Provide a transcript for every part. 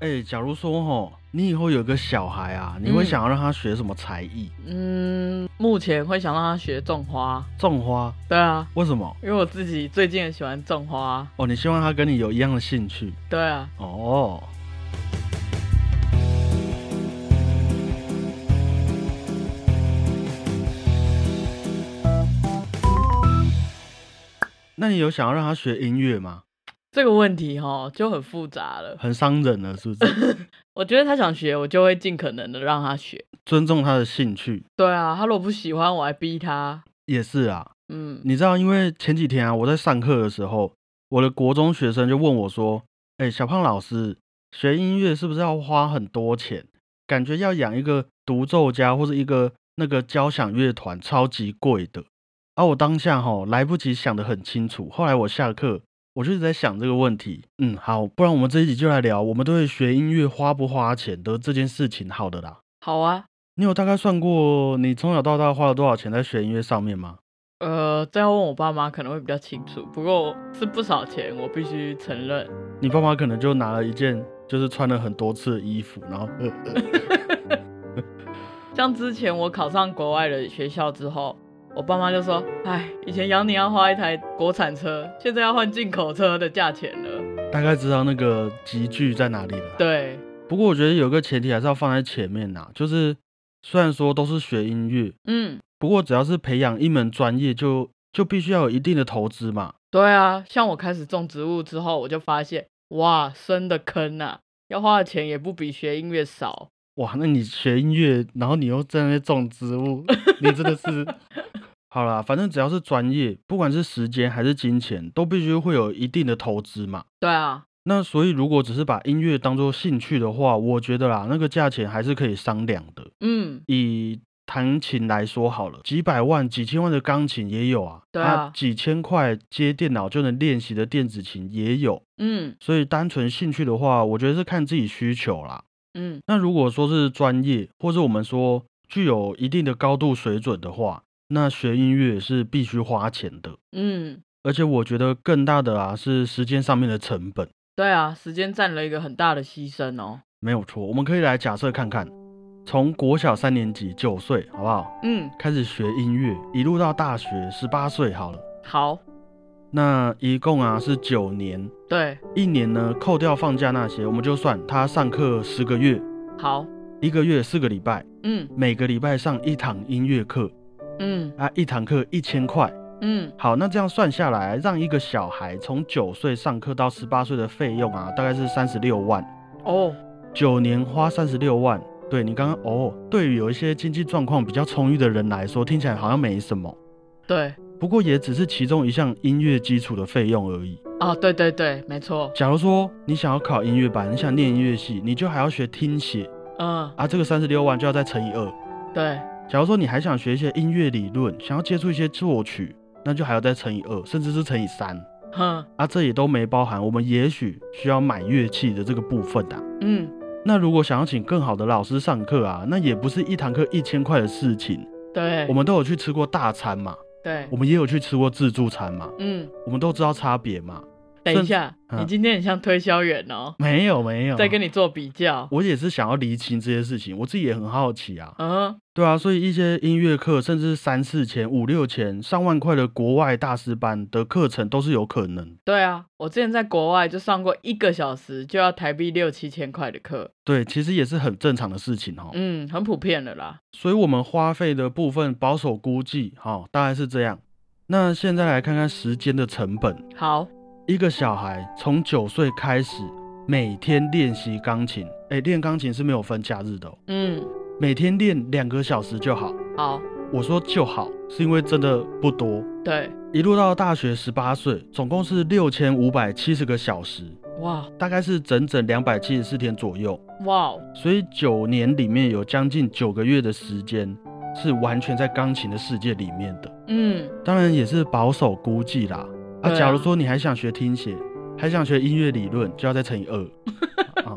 哎，假如说哦，你以后有个小孩啊，你会嗯想要让他学什么才艺？嗯，目前会想让他学种花，种花？对啊，为什么？因为我自己最近也喜欢种花，哦，你希望他跟你有一样的兴趣对啊，哦。那你有想要让他学音乐吗？这个问题哈就很复杂了。很伤人了，是不是？ 我觉得他想学，我就会尽可能的让他学。尊重他的兴趣对啊，他如果不喜欢，我还逼他。也是啊。嗯，你知道，因为前几天啊，我在上课的时候，我的国中学生就问我说：“哎、小胖老师，学音乐是不是要花很多钱？感觉要养一个独奏家或者一个那个交响乐团超级贵的。”啊，我当下哈来不及想得很清楚，后来我下课。我就一直在想这个问题，嗯，好，不然我们这一集就来聊我们对学音乐花不花钱的这件事情，好的啦。好啊。你有大概算过你从小到大花了多少钱在学音乐上面吗？呃，再问我爸妈可能会比较清楚，不过是不少钱，我必须承认。你爸妈可能就拿了一件就是穿了很多次的衣服，然后呃呃像之前我考上国外的学校之后，我爸妈就说：“哎，以前养你要花一台国产车，现在要换进口车的价钱了。大概知道那个集聚在哪里了”。，对，不过我觉得有个前提还是要放在前面呐、就是虽然说都是学音乐，嗯，不过只要是培养一门专业就，就必须要有一定的投资嘛。对啊。像我开始种植物之后，我就发现，哇，深的坑啊，要花的钱也不比学音乐少。哇，那你学音乐，然后你又在那边种植物，你真的是好啦，反正只要是专业，不管是时间还是金钱，都必须会有一定的投资嘛。对啊，那所以，如果只是把音乐当做兴趣的话，我觉得啦，那个价钱还是可以商量的。嗯，以弹琴来说好了，几百万、几千万的钢琴也有啊，对啊几千块接电脑就能练习的电子琴也有。嗯，所以，单纯兴趣的话，我觉得是看自己需求啦。嗯，那如果说是专业，或是我们说具有一定的高度水准的话，那学音乐是必须花钱的。嗯，而且我觉得更大的啊是时间上面的成本，对啊，时间占了一个很大的牺牲哦。没有错。我们可以来假设看看，从国小三年级九岁，好不好？嗯，开始学音乐，一路到大学十八岁，好了。好，那一共啊是九年，对，一年呢扣掉放假那些，我们就算他上课十个月，好，一个月四个礼拜，嗯，每个礼拜上一堂音乐课嗯，啊，一堂课一千块。嗯，好，那这样算下来，让一个小孩从九岁上课到十八岁的费用啊，大概是三十六万。哦，九年花三十六万，对你刚刚哦，对于有一些经济状况比较充裕的人来说，听起来好像没什么，对，不过也只是其中一项音乐基础的费用而已。啊，对对对，没错，假如说你想要考音乐班，你想念音乐系，你就还要学听写嗯，啊，这个三十六万就要再乘以二。对，假如说你还想学一些音乐理论，想要接触一些作曲，那就还要再乘以二，甚至是乘以三哼，啊，这也都没包含我们也许需要买乐器的这个部分啊。嗯，那如果想要请更好的老师上课啊，那也不是一堂课一千块的事情。对，我们都有去吃过大餐嘛，对我，们也有去吃过自助餐嘛，嗯，我们都知道差别嘛。等一下，嗯你今天很像推销员哦，没有没有，啊在跟你做比较，我也是想要厘清这些事情，我自己也很好奇啊。嗯，对啊，所以一些音乐课，甚至三四千、五六千、上万块的国外大师班的课程都是有可能。对啊，我之前在国外就上过一个小时就要台币六七千块的课，对，其实也是很正常的事情哦。嗯，很普遍的啦，所以我们花费的部分保守估计，哈、哦，大概是这样。那现在来看看时间的成本，好，一个小孩从九岁开始每天练习钢琴，哎，练钢琴是没有分假日的、哦，嗯，每天练两个小时就好。好，我说就好，是因为真的不多。对，一路到大学十八岁，总共是六千五百七十个小时，哇，大概是整整两百七十四天左右。哇，哦所以九年里面有将近九个月的时间是完全在钢琴的世界里面的。嗯，当然也是保守估计啦。啊，对啊假如说你还想学听写，还想学音乐理论，就要再乘以 二。啊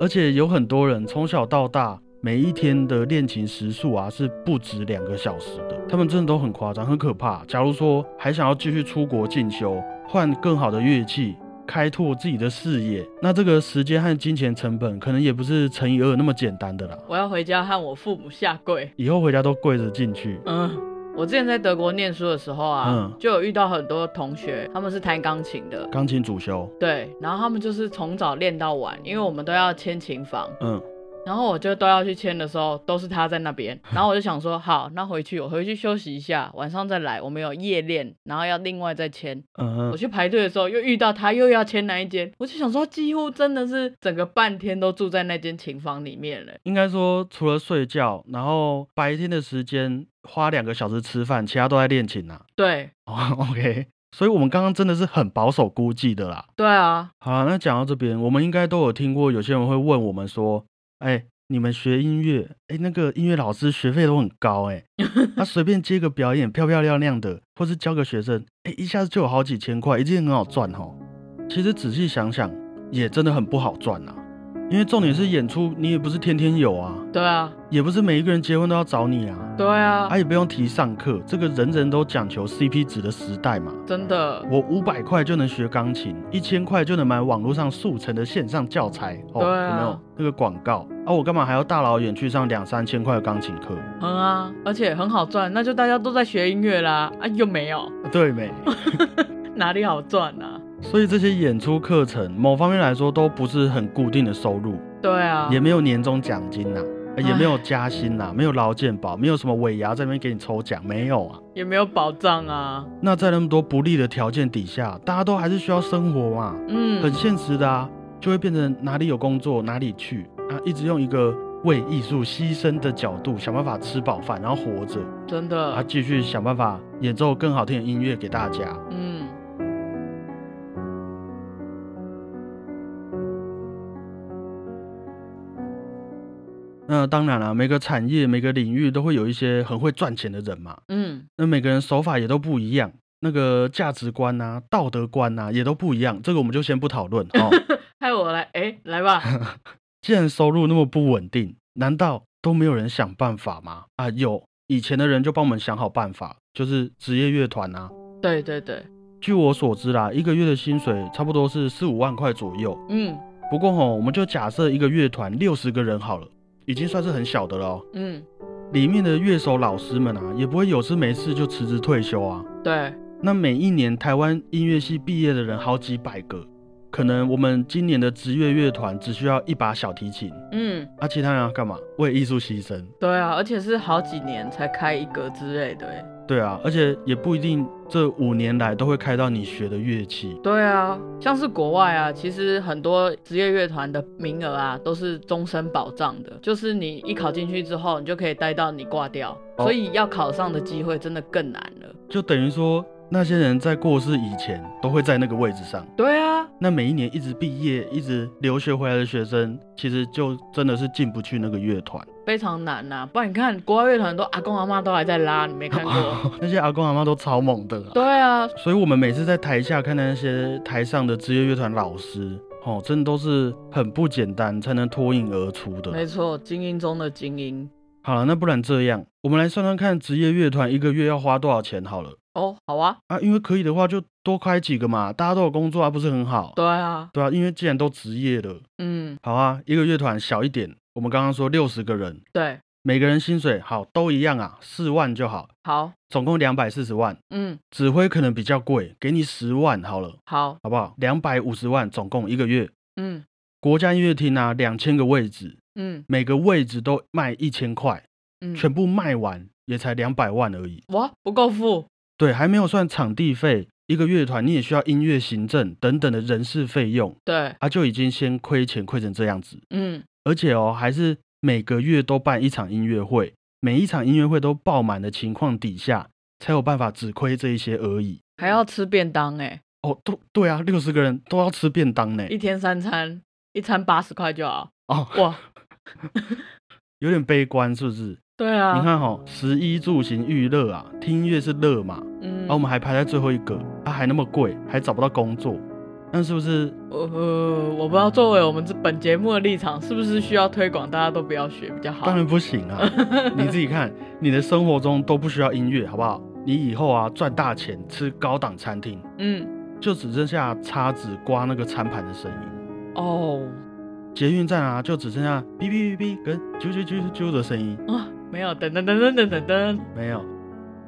而且有很多人从小到大，每一天的练琴时数啊是不止两个小时的，他们真的都很夸张，很可怕。假如说还想要继续出国进修，换更好的乐器，开拓自己的视野。那这个时间和金钱成本，可能也不是乘以二那么简单的啦。我要回家和我父母下跪。以后回家都跪着进去，嗯，我之前在德国念书的时候啊，嗯就有遇到很多同学，他们是弹钢琴的，钢琴主修，对，然后他们就是从早练到晚，因为我们都要签琴房，嗯，然后我就都要去签的时候，都是他在那边，然后我就想说，好，那回去我 回去休息一下，晚上再来，我们有夜练，然后要另外再签。嗯我去排队的时候又遇到他又要签那一间，我就想说，几乎真的是整个半天都住在那间琴房里面了。应该说除了睡觉，然后白天的时间花两个小时吃饭，其他都在练琴呐、 对，啊。哦，OK，所以我们刚刚真的是很保守估计的啦。对啊，好啦，那讲到这边，我们应该都有听过，有些人会问我们说：“哎、你们学音乐，哎、那个音乐老师学费都很高、哎，他随便接个表演，漂漂亮亮的，或是教个学生，哎、一下子就有好几千块，一定很好赚哦。”其实仔细想想，也真的很不好赚啊，因为重点是演出，你也不是天天有啊，对啊，也不是每一个人结婚都要找你啊，对啊，啊，也不用提上课，这个人人都讲求 CP 值的时代嘛。真的，我五百块就能学钢琴，一千块就能买网络上速成的线上教材，哦，对啊有没有那个广告啊？我干嘛还要大老远去上两三千块的钢琴课？嗯啊，而且很好赚，那就大家都在学音乐啦，啊，又没有，对 没？哪里好赚啊？所以这些演出课程，某方面来说都不是很固定的收入，对啊，也没有年终奖金呐、啊也没有加薪呐、没有劳健保，没有什么尾牙在那边给你抽奖，没有啊。也没有保障啊，那在那么多不利的条件底下，大家都还是需要生活嘛。嗯，很现实的啊，就会变成哪里有工作哪里去啊，一直用一个为艺术牺牲的角度想办法吃饱饭，然后活着，真啊，的，继续想办法演奏更好听的音乐给大家。嗯，那当然了、每个产业每个领域都会有一些很会赚钱的人嘛，嗯，那每个人手法也都不一样。那个价值观呐、道德观呐、也都不一样，这个我们就先不讨论哦。害我来，哎、来吧，既然收入那么不稳定，难道都没有人想办法吗？啊，有，以前的人就帮我们想好办法，就是职业乐团啊。对对对，据我所知啦，一个月的薪水差不多是四五万块左右。 嗯不过吼，我们就假设一个乐团六十个人好了，已经算是很小的了哦。嗯，里面的乐手老师们啊，也不会有事没事就辞职退休啊。对，那每一年台湾音乐系毕业的人好几百个，可能我们今年的职业乐团只需要一把小提琴，嗯啊，其他人要干嘛？为艺术牺牲。对啊，而且是好几年才开一个之类的、哎，对啊，而且也不一定这五年来都会开到你学的乐器。对啊，像是国外啊，其实很多职业乐团的名额啊都是终身保障的，就是你一考进去之后，你就可以待到你挂掉，哦所以要考上的机会真的更难了。就等于说，那些人在过世以前都会在那个位置上。对啊，那每一年一直毕业、一直留学回来的学生，其实就真的是进不去那个乐团。 非常难呐、不然你看国外乐团都阿公阿妈都还在拉，你没看过？ 那些阿公阿妈都超猛的啦。对啊，所以我们每次在台下看那些台上的职业乐团老师，哦，真的都是很不简单才能脱颖而出的。没错，精英中的精英。好了，那不然这样，我们来算算看职业乐团一个月要花多少钱好了。哦，好啊，啊，因为可以的话就多开几个嘛，大家都有工作啊，不是很好？对啊，对啊，因为既然都职业了，嗯，好啊，一个乐团小一点，我们刚刚说六十个人，对，每个人薪水好都一样啊，四万就好，好，总共两百四十万。嗯，指挥可能比较贵，给你十万好了，好，好不好？两百五十万总共一个月。嗯国家音乐厅啊，两千个位置，嗯每个位置都卖一千块，嗯，全部卖完也才两百万而已。哇不够付，对，还没有算场地费，一个乐团你也需要音乐行政等等的人事费用，对，啊，就已经先亏钱亏成这样子，嗯，而且哦，还是每个月都办一场音乐会，每一场音乐会都爆满的情况底下，才有办法只亏这一些而已。还要吃便当哎、哦，都对啊，六十个人都要吃便当呢，一天三餐，一餐八十块就好，哦，哇，有点悲观是不是？对啊，你，看哦，食衣住行娱乐啊，听音乐是乐嘛，嗯，啊，我们还排在最后一个，啊，还那么贵，还找不到工作，那是不是呃，我不知道作为我们这本节目的立场，是不是需要推广大家都不要学比较好？当然不行啊！你自己看，你的生活中都不需要音乐，好不好？你以后啊赚大钱，吃高档餐厅，嗯，就只剩下叉子刮那个餐盘的声音，哦捷运站啊就只剩下哔哔哔哔跟啾啾啾啾的声音，啊，没有，等等等等等等等，没有。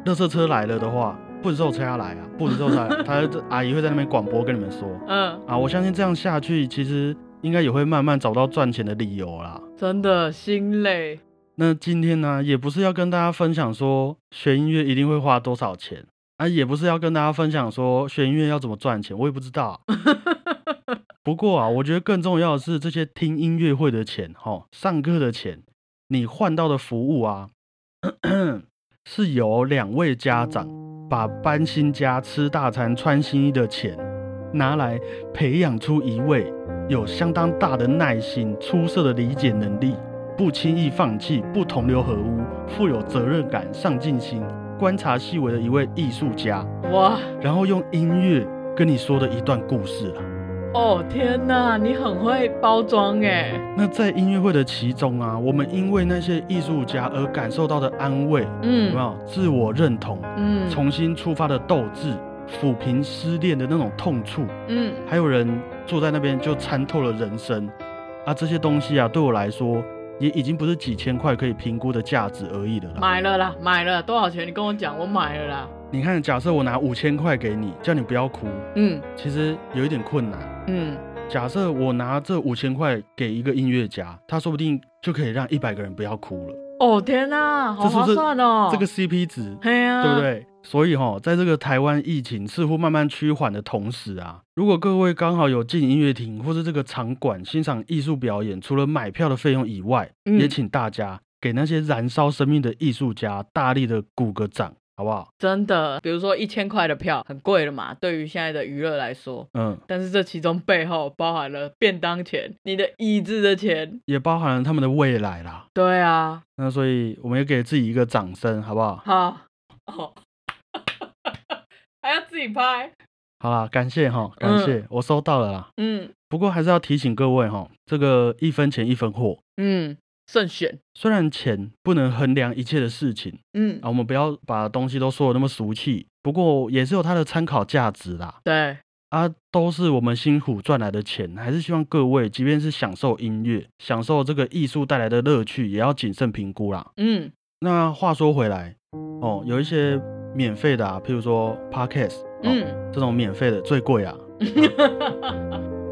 垃圾车来了的话，不准售车来啊，不准售车来，他这阿姨会在那边广播跟你们说嗯，啊。我相信这样下去，其实应该也会慢慢找到赚钱的理由啦。真的心累，那今天呢，也不是要跟大家分享说学音乐一定会花多少钱啊，也不是要跟大家分享说学音乐要怎么赚钱，我也不知道。不过啊，我觉得更重要的是这些听音乐会的钱，哈，上课的钱，你换到的服务啊，是由两位家长把搬新家、吃大餐、穿新衣的钱，拿来培养出一位有相当大的耐心、出色的理解能力。不轻易放弃，不同流合污，富有责任感、上进心，观察细微的一位艺术家，哇，然后用音乐跟你说的一段故事啦。哦天哪，你很会包装哎，那在音乐会的其中啊，我们因为那些艺术家而感受到的安慰，有没嗯有自我认同，嗯，重新出发的斗志，抚平失恋的那种痛处，嗯还有人坐在那边就参透了人生啊，这些东西啊，对我来说也已经不是几千块可以评估的价值而已了啦。买了啦，买了多少钱？你跟我讲，我买了啦，你看，假设我拿五千块给你，叫你不要哭，嗯其实有一点困难。嗯，假设我拿这五千块给一个音乐家，他说不定就可以让一百个人不要哭了。哦天哪，好这是划不是算哦，这个 CP 值，嘿啊呀、对不？对？所以哈、在这个台湾疫情似乎慢慢趋缓的同时啊，如果各位刚好有进音乐厅或是这个场馆欣赏艺术表演，除了买票的费用以外，嗯也请大家给那些燃烧生命的艺术家大力的鼓个掌，好不好？真的，比如说一千块的票很贵了嘛，对于现在的娱乐来说，嗯，但是这其中背后包含了便当钱、你的椅子的钱。也包含了他们的未来啦。对啊，那所以我们也给自己一个掌声，好不好？好，哦， 还要自己拍。好啦，感谢哈，感谢、我收到了啦。嗯不过还是要提醒各位哈，这个一分钱一分货，嗯，慎选。虽然钱不能衡量一切的事情嗯，啊，我们不要把东西都说的那么俗气，不过也是有它的参考价值啦。对，啊，都是我们辛苦赚来的钱，还是希望各位，即便是享受音乐、享受这个艺术带来的乐趣，也要谨慎评估啦。嗯那话说回来，哦，有一些免费的啊，譬如说 podcast，、哦、嗯，这种免费的最贵啊。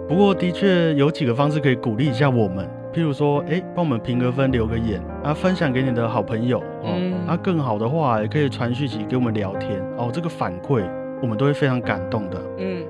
不过的确有几个方式可以鼓励一下我们，譬如说，哎，帮我们评个分、留个言啊，分享给你的好朋友哦。嗯啊，更好的话也可以传讯息给我们聊天哦，这个反馈我们都会非常感动的。嗯，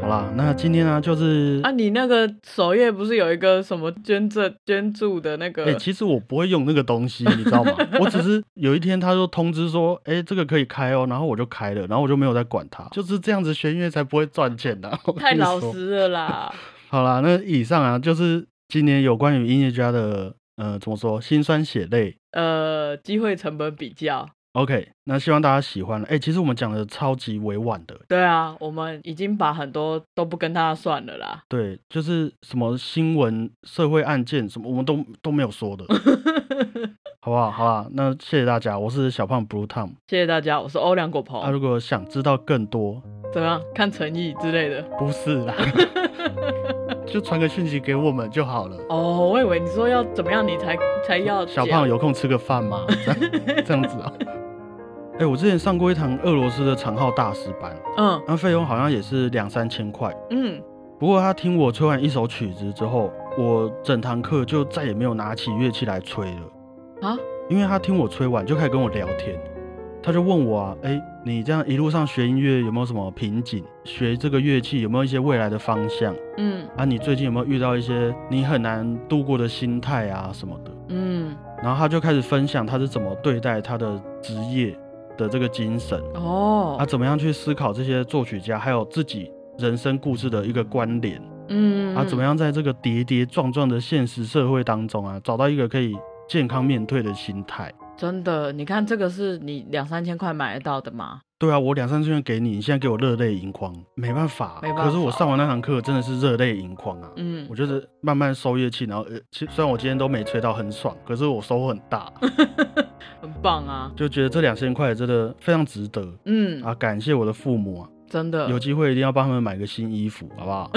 好啦，那今天呢、就是啊，，你那个首页不是有一个什么捐赠捐助的那哎，个？其实我不会用那个东西，你知 道吗？我只是有一天他就通知说，哎，这个可以开哦，然后我就开了，然后我就没有再管它，就是这样子，弦乐才不会赚钱的、我跟太你老说实了啦。好啦，那以上啊，就是今年有关于音乐家的呃，怎么说，辛酸血泪。 呃，机会成本比较。 OK，那希望大家喜欢。哎、其实我们讲的超级委婉的，对啊，我们已经把很多都不跟他算了啦。对，就是什么新闻、社会案件什么，我们都都没有说的，好不好？好啦，那谢谢大家，我是小胖 Blue Tom。谢谢大家，我是欧良果啊，鹏。如果想知道更多，怎么样？看诚意之类的。不是啦，就传个讯息给我们就好了。哦，我以为你说要怎么样你才才哎要小讲胖有空吃个饭 吗？这样这样子啊？哎、我之前上过一堂俄罗斯的长号大师班，嗯那费用好像也是两三千块。嗯，不过他听我吹完一首曲子之后，我整堂课就再也没有拿起乐器来吹了，啊，因为他听我吹完就开始跟我聊天，他就问我啊，哎，你这样一路上学音乐有没有什么瓶颈？学这个乐器有没有一些未来的方向？嗯啊，你最近有没有遇到一些你很难度过的心态啊什么的？嗯，然后他就开始分享他是怎么对待他的职业的这个精神，哦，啊，怎么样去思考这些作曲家还有自己人生故事的一个关联。嗯啊，怎么样？样在这个跌跌撞撞的现实社会当中啊，找到一个可以健康面对的心态。嗯真的，你看这个是你两三千块买得到的吗？对啊，我两三千元给你，你现在给我热泪盈眶，没办法啊、没办可是我法上完那堂课真的是热泪盈眶啊！嗯我，就是慢慢收乐器，然后呃，其虽然我今天都没吹到很爽，可是我收获很 大，很棒啊，就觉得这两千块真的非常值得嗯，啊！感谢我的父母啊，真的有机会一定要帮他们买个新衣服，好不好？